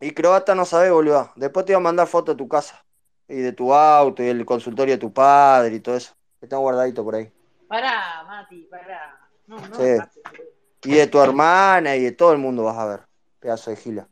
Y croata no sabe, boludo. Después te iba a mandar foto de tu casa. Y de tu auto, y el consultorio de tu padre y todo eso. Que Está guardadito por ahí. Pará, Mati, pará. No, no, Sí. Mati, boludo. Y de tu hermana y de todo el mundo vas a ver. Pedazo de gila.